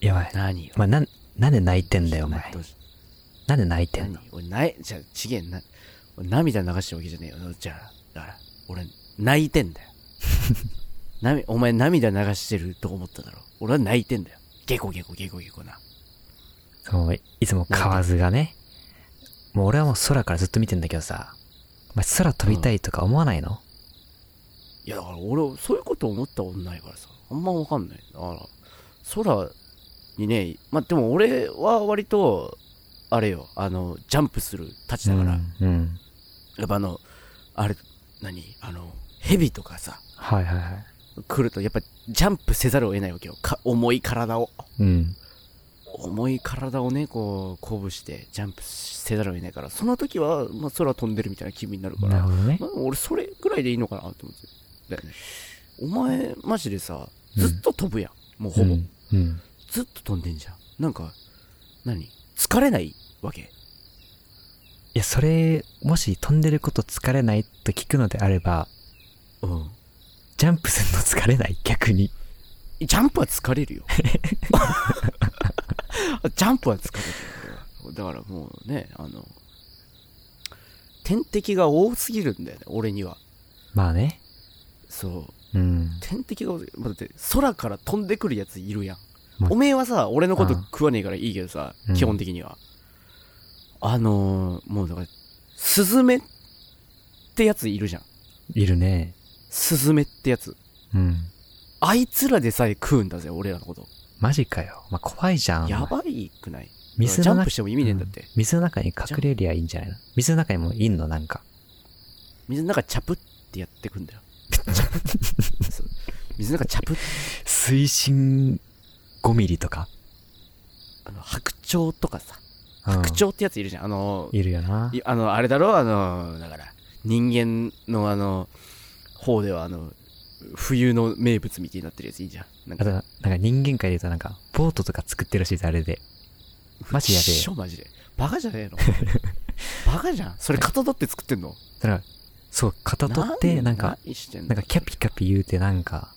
やばい。何よお前、なん、なんで泣いてんだよ、お前。どうしなんで泣いてん何の俺ないじゃあちげえな俺涙流してるわけじゃねえよじゃあだから俺泣いて んだよなみお前涙流してると思っただろ俺は泣いてんだよゲコゲコゲコゲコなその、いつも河津がね。もう俺はもう空からずっと見てんだけどさ。お前、空飛びたいとか思わないの、いやだから俺そういうこと思ったことないからさあんまわかんないだから空にねまあでも俺は割とあれよあのジャンプするたちだから、うん。うんやっぱあのあれ何あの蛇とかさはいはいはい。来るとやっぱジャンプせざるを得ないわけよか重い体をうん。重い体をねこう鼓舞してジャンプせざるを得ないからその時は、まあ、空飛んでるみたいな気分になるかなるら、ほどねま。あ、俺それぐらいでいいのかなと思ってだよねお前マジでさうんずっと飛ぶやん、もうほぼ、うん。うんずっと飛んでんじゃんなんか何疲れないわけいや、それ、もし飛んでること疲れないと聞くのであれば、うんジャンプするの疲れない逆に。ジャンプは疲れるよ。 ジャンプは疲れるよ。だからもうね、あの、天敵が多すぎるんだよね、俺には。まあね。そう。うん。天敵が多すぎる。だって、空から飛んでくるやついるやんま。おめえはさ、俺のことうん食わねえからいいけどさ、うん基本的には。あのーもうだから、スズメってやついるじゃん。いるね。スズメってやつ。うん。あいつらでさえ食うんだぜ、俺らのこと。マジかよ。まあ、怖いじゃん。やばいくない水ジのャン中プしても意味ねえんだって。うん水の中に隠れりゃいいんじゃないの水の中にもいんのなんか。水の中チャプってやってく んだよチャプそう水の中チャプ水深5ミリとか。あの白鳥とかさうん白鳥ってやついるじゃんあのいるよな。いあのあれだろあのだから人間のあの方ではあの冬の名物みたいになってるやついいじゃんなんあと、かなんか人間界で言うとなんか、ボートとか作ってるらしいです、あれで。マジやべえ一緒マジでバカじゃねえ のバカじゃんそれかたどって作ってんのだから、そう、片取って、なんか、何してんのなんかキャピキャピ言うてなんか、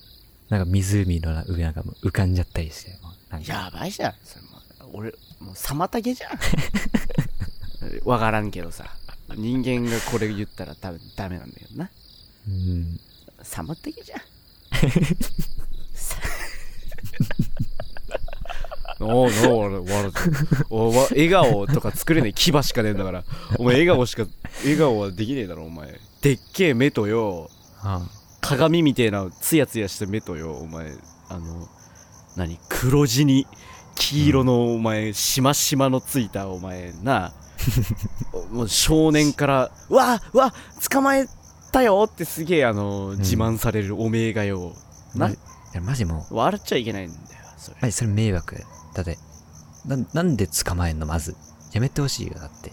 なんか湖のな上なんかもう浮かんじゃったりして。なんかやばいじゃんそれもう俺もう妨げじゃん わからんけどさ人間がこれ言ったら多分ダメなんだけどなうん。妨げじゃんさ おうおう笑うおうわ笑顔とか作れねえ牙しかねえんだからお前笑顔しか笑顔はできねえだろお前でっけえ目とよあ鏡みてえなツヤツヤした目とよお前あの何黒地に黄色のお前、しましまのついたお前な おもう少年から「うわうわ捕まえたよ!」ってすげえあの、自慢されるおめえがよあ。なマジいやマジもう、笑っちゃいけないんだよそれマジそれ迷惑。だって、な、なんで捕まえんのまず。やめてほしいよ、だって。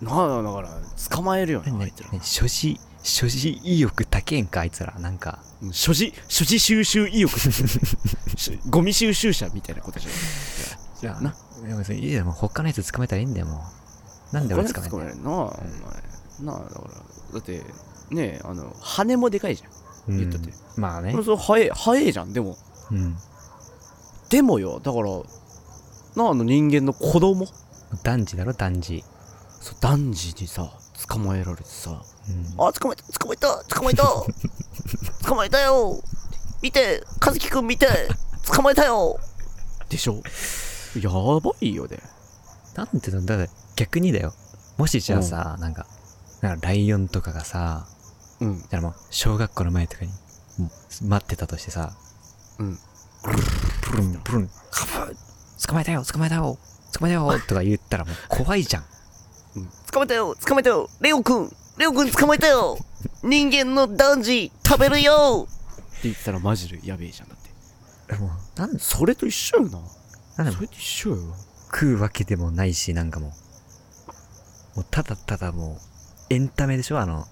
なあだから捕まえるよな、あいねつら、ね所持、所持意欲高えんか、あいつら。なんか。うん所持所持収集意欲 だよねしゴミ収集者みたいなことじゃないじゃあな。いや、別にいいよ、もう他のやつ捕まえたらいいんだよ、もう。なんで俺捕まえんこのれなお前なあだからだってねえあの羽もでかいじゃんうん言ったってまあねこれ。そう早え早えじゃんでもうん。でもよだからなああの人間の子供男児だろ、男児。そう男児にさ捕まえられてさうん。あ捕まえた捕まえた捕 まえた捕まえたよ見て和樹くん見て捕まえたよでしょやばいよねなんてだって逆にだよ。もしじゃあさ、なんか、なんかライオンとかがさ、うんじゃあもう、小学校の前とかに、もう待ってたとしてさ、うんプルン、プルン、カブッ捕まえたよ、捕まえたよ、捕まえたよ、とか言ったらもう 怖いじゃん。捕まえたよ捕まえたよレオくんレオくん捕まえたよ人間の男児食べるよって言ったらマジでやべえじゃんだってでもなん、それと一緒よななんでそれと一緒よ食うわけでもないし、なんかもう、もうただただもう、エンタメでしょあの、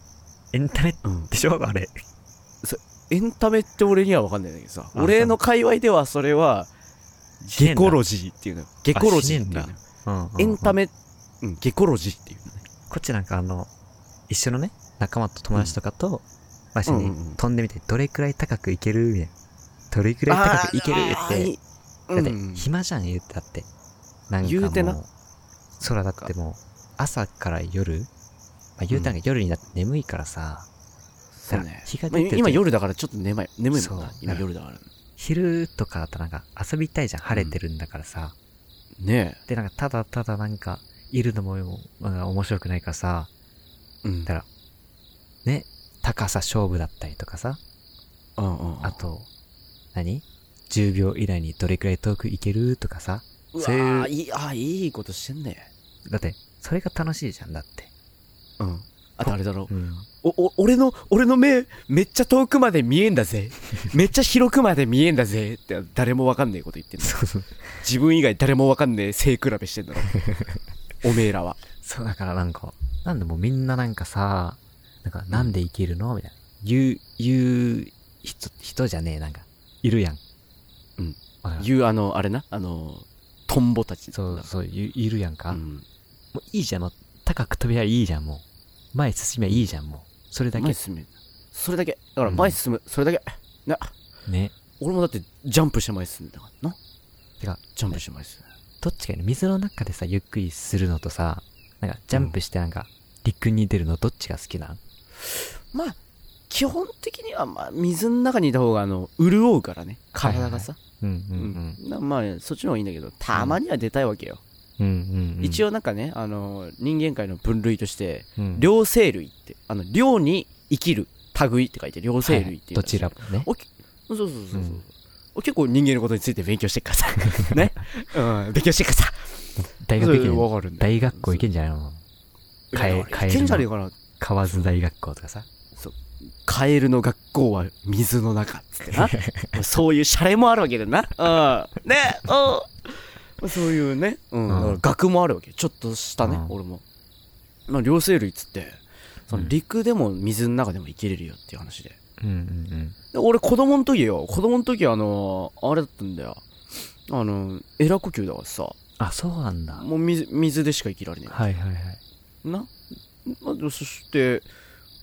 エンタメうんでしょあれ。エンタメって俺には分かんないんだけどさあ俺の界隈ではそれは死ねゲんだコロジーっていうのよゲコロジーっていうのあよ死ねうんうんエンタメ、うん、ゲコロジーっていうのねこっちなんかあの、一緒のね、仲間と友達とかと、マジうんにうんうん飛んでみて、どれくらい高くいけるみたいな。どれくらい高くいけるっあーて、だってうん暇じゃん言ってたってなんかもう言うてな空だってもう朝から夜、まあ、言うたんが夜になって眠いからさ、そうね日がま出あてると今夜だからちょっと眠い眠いもんそうな今夜だから昼とかだったらなんか遊びたいじゃん晴れてるんだからさ、ねでなんかただただなんかいるのもなんか面白くないからさえうんだからね高さ勝負だったりとかさうんうんうんあと何10秒以内にどれくらい遠く行けるとかさうわそういうーいいあーいいことしてんねだってそれが楽しいじゃんだってうんあとあれだろうんおお俺の俺の目めっちゃ遠くまで見えんだぜ めっちゃ広くまで見えんだぜって誰もわかんねえこと言ってんのそう そう自分以外誰もわかんねえ背比べ してんだろおめえらはそうだからなんかなんでもうみんななんかさなんかなんで生きるのみたいな言う言う人人じゃねえなんかいるやんうんわかるいうあのあれなあのトンボたちそうそういいるやんか、うんもういいじゃん、もう高く飛びゃいいじゃん、もう。前進めばいいじゃん、もう。それだ前け。進めそれだけだから前進む、それだけなね。俺もだってジャンプして前進んだからなてか、ジャンプして前進むどっちかよね、水の中でさ、ゆっくりするのとさ、なんか、ジャンプしてなんか、陸に出るの、どっちが好きなんまあ基本的にはまあ水の中にいた方があの潤うからね体がさ、うんううんんなまあそっちの方がいいんだけどたまには出たいわけうよ、ん。うんうんうん。一応、応なんかねあの人間界の分類としてうん両生類ってあの量に生きる類って書いて両生類っていうどらしちいらもね。おきそうそうそうそう、うん結構人間のことについて勉強してっからさ ね、うん、勉強してっからさ大学行けんわかるんだよ大学校行けんじゃないのいや変えだから変えるのいけんじゃねえかな河津大学校とかさ。カエルの学校は水の中っつってな そういうシャレもあるわけだよなうんねうんそういうね、うんうんだから学もあるわけよちょっとしたね、うん俺も、まあ、両生類っつってその陸でも水の中でも生きれるよっていう話で うんうんで俺子供の時よ子供の時あのーあれだったんだよあのーエラ呼吸だからさあ、そうなんだ。もう水水でしか生きられねえはいはいはい。な、まあ、でそして、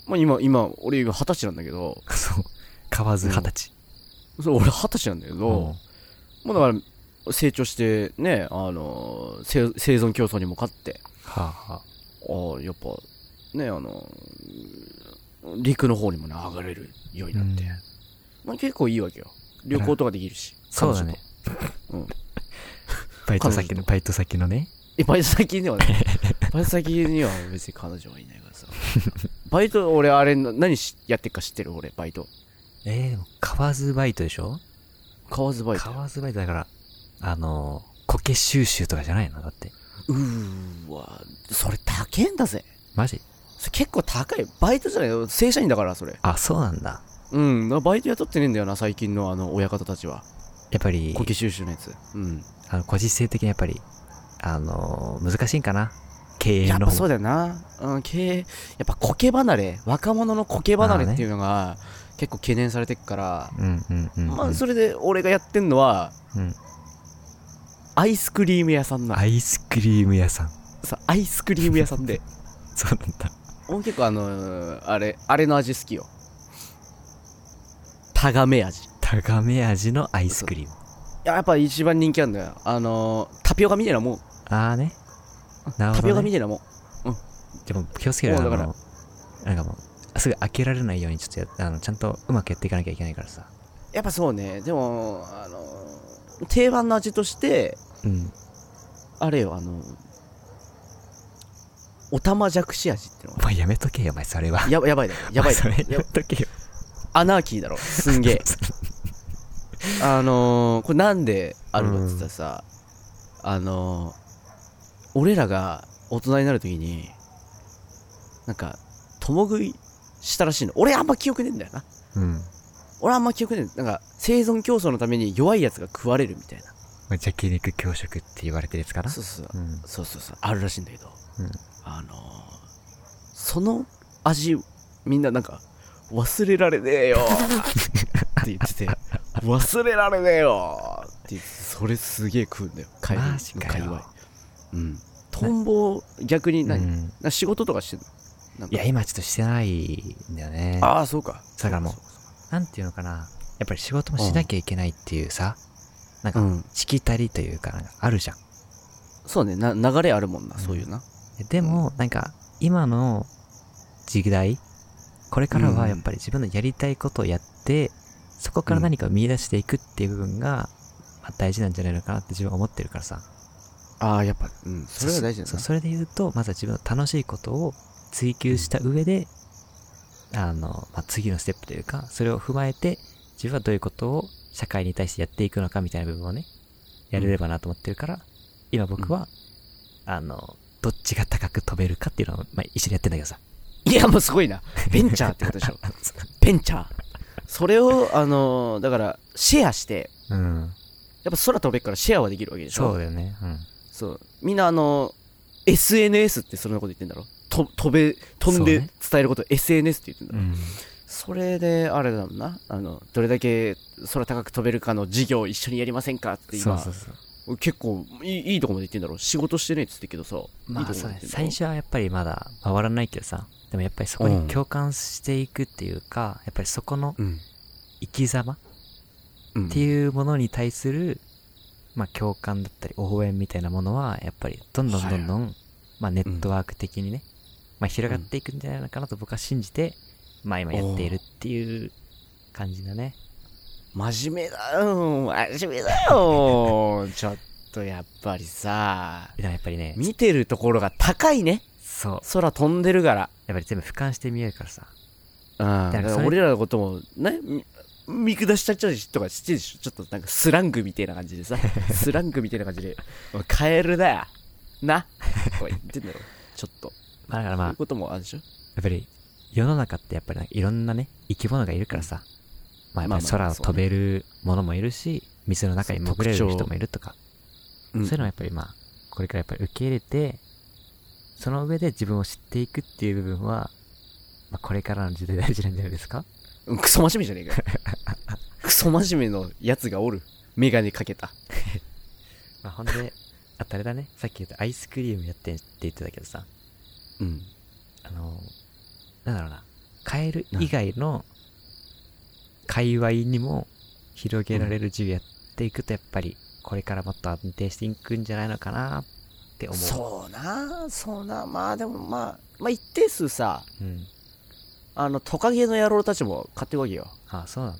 まあ、今今俺今二十歳なんだけどそう。河津二十歳。そう俺二十歳なんだけど、うんもうだから成長してねあのー生生存競争にも勝ってはあはあ。ああやっぱねあのー陸の方にもね上がれるようになって、うんまあ、結構いいわけよ旅行とかできるし そうだね。彼女とうん バイト先の、バイト先のね。えバイト先にはね バイト先には別に彼女はいないからさバイト俺あれな何しやってっか知ってる俺バ イトえー、でも、河津バイトでしょ河津バイト河津バイトだから、あのー、苔収集とかじゃないのだって。うーわそれ高えんだぜマジそれ結構高いバイトじゃないよ正社員だからそれあ、そうなんだ。うんなバイト雇ってねえんだよな最近のあの親方たちはやっぱり、呼吸収集のやつうんあの、個人性的にやっぱり、あのー、難しいんかな経営やっのぱそ方。うだよな、うん、経営やっぱ苔離れ若者の苔離れっていうのが結構懸念されてっから、うんうんうんうん。まあそれで俺がやってんのはうんアイスクリーム屋さんなアイスクリーム屋さん。さアイスクリーム屋さ んでそうなんだ。もう結構あのーあれあれの味好きよタガメ味高め味のアイスクリーム。やっぱ一番人気あるんだよあのータピオカみたいなもん、あーね。なるタほピオど、カみね。たいなもんでも気をつけるよもうあだからの、なんかもう、すぐ開けられないようにちょっとやあの、ちゃんとうまくやっていかなきゃいけないからさ。やっぱそうねでもあのー定番の味としてうん。あれよあのおたまじゃくし味ってのおが前やめとけよ、お前それは。ややばい だろやばいだそろれややめとけよ。アナーキーだろすんげえあのー、これなんであるのっつったらさ、あのー、俺らが大人になるときになんか共食いしたらしいの俺あんま記憶ねえんだよな うん。俺あんま記憶ねえなんか生存競争のために弱いやつが食われるみたいなまあ、ジャケ肉強食って言われてるやつかな。そうそうそううん。そうそうそうあるらしいんだけど、うんあのー、その味みんななんか忘れられねえよ って言ってて忘れられねえよって言ってそれすげえ食うんだよ帰りマジのか界よ隈うんトンボ逆にう何、なんん。か仕事とかしてんのなんいや、か今ちょっとしてないんだよね。ああそうかだからもうなんていうのかな。やっぱり仕事もしなきゃいけないっていうさ、なんうか、んしきたりというか、なんかあるじゃん。そうねな流れあるもんなそういうなでも、なんか、今の時代、これからはやっぱり自分のやりたいことをやって、そこから何かを見出していくっていう部分が、まあ、大事なんじゃないのかなって自分は思ってるからさ。ああやっぱうんそれが大事だそうなそれで言うと、まずは自分の楽しいことを追求した上で、あの、まあ、次のステップというか、それを踏まえて、自分はどういうことを社会に対してやっていくのかみたいな部分をね、やれればなと思ってるから、今僕は、あの、どっちが高く飛べるかっていうのを、まあ、一緒にやってんだけどさ。いやもうすごいなベンチャーってこと でしょベンチャーそれをあのーだからシェアしてうん。やっぱ空飛べっからシェアはできるわけでしそょうだよね。うん。そうみんなあの SNS ってそんなこと言ってんだろと飛べ飛んでそうね伝えることを SNS って言ってんだろうん、それであれだもんなあのどれだけ空高く飛べるかの事業を一緒にやりませんかってそ今うそうそう。結構いいいいとこまで行ってんだろ仕事してねえっつってっけどさいいまあとこそうまでね行ってんだろ最初はやっぱりまだ回らないけどさでもやっぱりそこうんに共感していくっていうか、やっぱりそこのうん、生き様っうん、ていうものに対する、まあ共感だったり応援みたいなものはやっぱりどんどんどんどん、まあネットワーク的にね、まあ広がっていくんじゃないのかなと僕は信じて、まあ今やっているっていう感じだね真面目だよ真面目だよちょっとやっぱりさでもやっぱりね見てるところが高いねそう空飛んでるからやっぱり全部俯瞰して見えるからさうん、だからそれ俺らのこともねみ見下しちゃったりとかしてるでしょちょっとなんかスラングみたいな感じ でさスラングみたいな感じで「おいカエルだよな」とか言ってんだろちょっとまあだからまそうあいうこともあるでしょやっぱり世の中ってやっぱりなんかいろんなね生き物がいるからさ、まあ、やっぱりまあま空あを飛べるものもいるし水の中に潜れそうる特徴人もいるとかうそう,、んいうのはやっぱりまあこれからやっぱり受け入れてその上で自分を知っていくっていう部分は、まあ、これからの時代大事なんじゃないですかうんクソ真面目じゃ ねえかよクソ真面目のやつがおるメガネかけたまあほんであとあれだねさっき言ったアイスクリームやってんって言ってたけどさうんあのなんだろうなカエル以外の界隈にも広げられる授業やっていくとやっぱりこれからもっと安定していくんじゃないのかなって思うそうなそうなまあでもまあまあ一定数さう、ん、あのトカゲの野郎たちも買ってるわけよあそうなんだ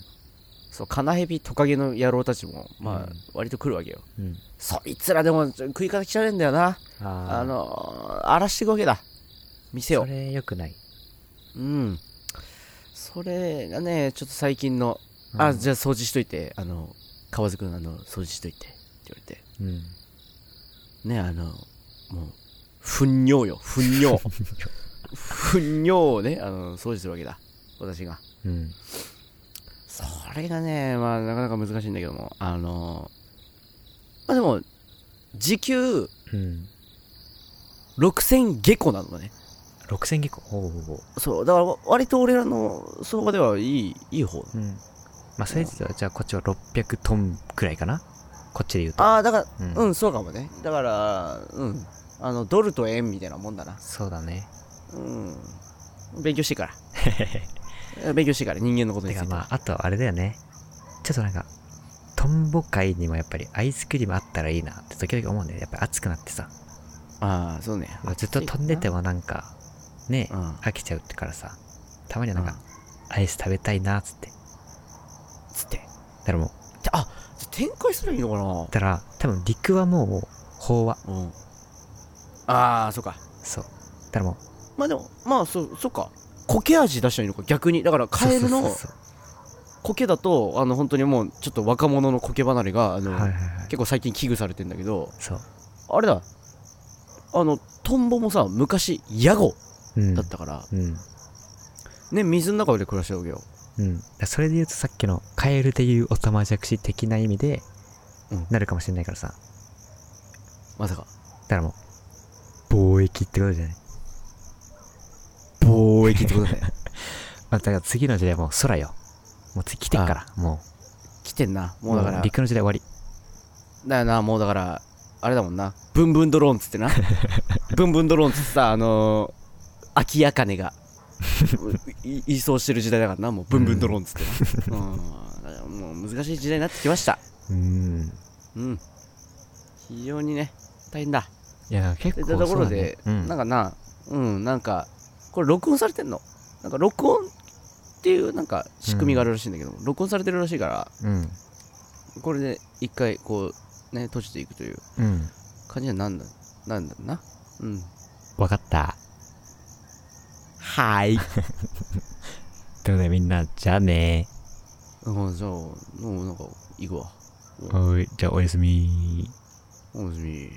そうカナヘビトカゲの野郎たちもうまあん割と来るわけようんそいつらでも食い方汚れんだよな。あーあのー、荒らしていくわけだ。店そを。れ良くないうん。それがね、ちょっと最近の、あ、じゃあ掃除しといて、あの、川津くん、あの、掃除しといて、って言われて。うんね、あの、もう、糞尿よ、糞 尿。糞尿をね、あの、掃除するわけだ。私が。うんそれがね、まあ、なかなか難しいんだけども、あのー、まあでも、時給うん6000下戸なのね。 6000ギコほうほうほそう、だから割と俺らの相場ではいい、いい方。ううんまあそれ実はじゃあこっちは600トンくらいかなこっちで言うとああ、だから、うんうん、そうかもね。だから、うん。あの、ドルと円みたいなもんだな。そうだねうん。勉強して から。勉強してから、人間のことてについかて。まあ、あとあれだよね。ちょっとなんか、トンボ界にもやっぱりアイスクリームあったらいいなって時々思うんだよね。やっぱり暑くなってさ。ああ、そうね。ずっと飛んでてもなんか、ね、うん飽きちゃうってからさ。たまにはなんうんか、アイス食べたいなっつって。つって。だからもう、あ展開すればいいのかだから多分陸はもう飽和。なうん。ああ、そうか。そう。だからもう、まあでも、まあ、そう、そうか。苔味出したらいいのか、逆に。だから、カエルそうのそうそう苔だと、あの、本当にもう、ちょっと若者の苔離れが、あそうの、はいはいはい。結構最近危惧されてんだけど、そう。あれだあのトンボもさ昔ヤゴうん。だったから、うん。ね水の中で暮らしてるわけようん、だからそれで言うとさっきのカエルでいうオタマジャクシ的な意味でうんなるかもしれないからさ、まさかだからもう貿易ってことじゃない貿易ってことだよ まあ、だから次の時代はもう空よ。もう次来てっから、も来てんなう。もうだからも陸の時代終わだよなもうだからあれだもんなブンブンドローンっつって なブンブンドローンっつってさあのー、秋あか ねがい移送してる時代だからなもうブンブンドローンっつってな、うん、だからもう難しい時代になってきましたり。うーん。うん非常にね大変だいや、結で構ところで、そうだねうんなんかなうんなんかこれ録音されてんのなんか録音っていうなんか仕組みがあるらしいんだけど、録音されてるらしいからうん。これで一回こうね閉じていくといううん。感じになんだなんだろうなうんわかった。 はいということでみんな、じゃあねうんじゃあもうなんか行くわはい、じゃあおやすみおやすみ